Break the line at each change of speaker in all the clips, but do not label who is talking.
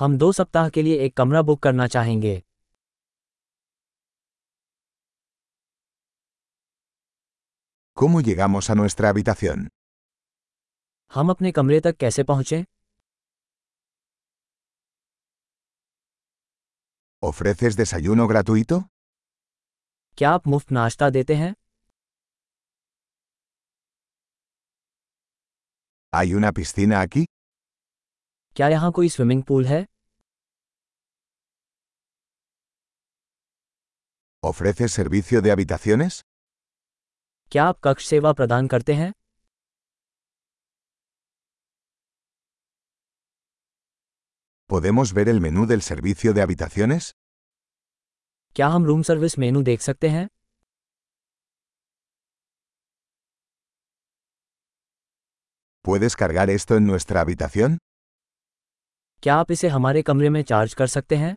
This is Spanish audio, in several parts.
हम दो सप्ताह के लिए एक कमरा बुक करना चाहेंगे
¿Cómo llegamos a nuestra habitación?
हम अपने कमरे तक कैसे पहुँचें
¿Ofreces desayuno gratuito?
क्या आप मुफ्त नाश्ता देते हैं
¿Hay una piscina aquí?
क्या यहाँ कोई स्विमिंग पूल है
¿Ofreces servicio de habitaciones?
क्या आप कक्ष सेवा प्रदान करते हैं
¿Podemos ver el menú del servicio de habitaciones?
क्या हम रूम सर्विस मेनू देख सकते हैं
¿Puedes cargar esto en nuestra habitación?
क्या आप इसे हमारे कमरे में चार्ज कर सकते हैं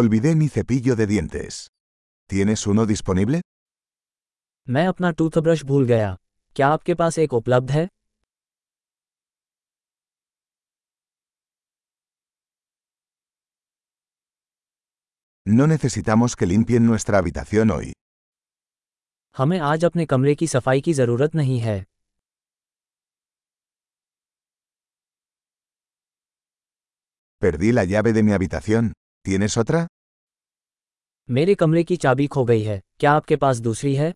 Olvidé mi cepillo de dientes. ¿Tienes uno disponible?
मैं अपना टूथब्रश भूल गया क्या आपके पास एक उपलब्ध है
No necesitamos que limpien nuestra habitación hoy.
हमें आज अपने कमरे की सफाई की ज़रूरत नहीं है
Perdí la llave de mi habitación. ¿Tienes otra?
मेरे कमरे की चाबी खो गई है क्या आपके पास दूसरी है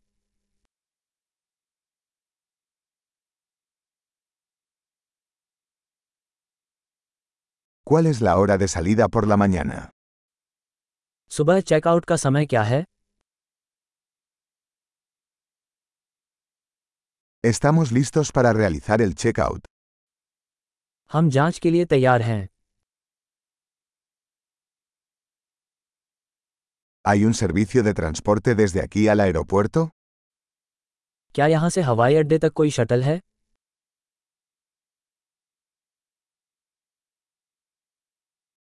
¿Cuál es la hora de salida por la mañana?
सुबह चेकआउट का समय क्या है
Estamos listos para realizar el checkout.
हम जांच के लिए तैयार हैं
¿Hay un servicio de transporte desde aquí al aeropuerto?
क्या यहाँ से हवाई अड्डे तक कोई शटल है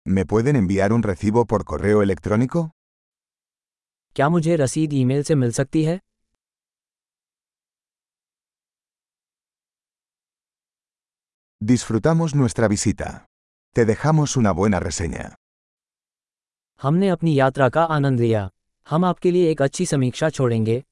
¿Me pueden enviar un recibo por correo electrónico?
क्या मुझे रसीद ईमेल से मिल सकती है
Disfrutamos nuestra visita. Te dejamos una buena reseña.
हमने अपनी यात्रा का आनंद लिया हम आपके लिए एक अच्छी समीक्षा छोड़ेंगे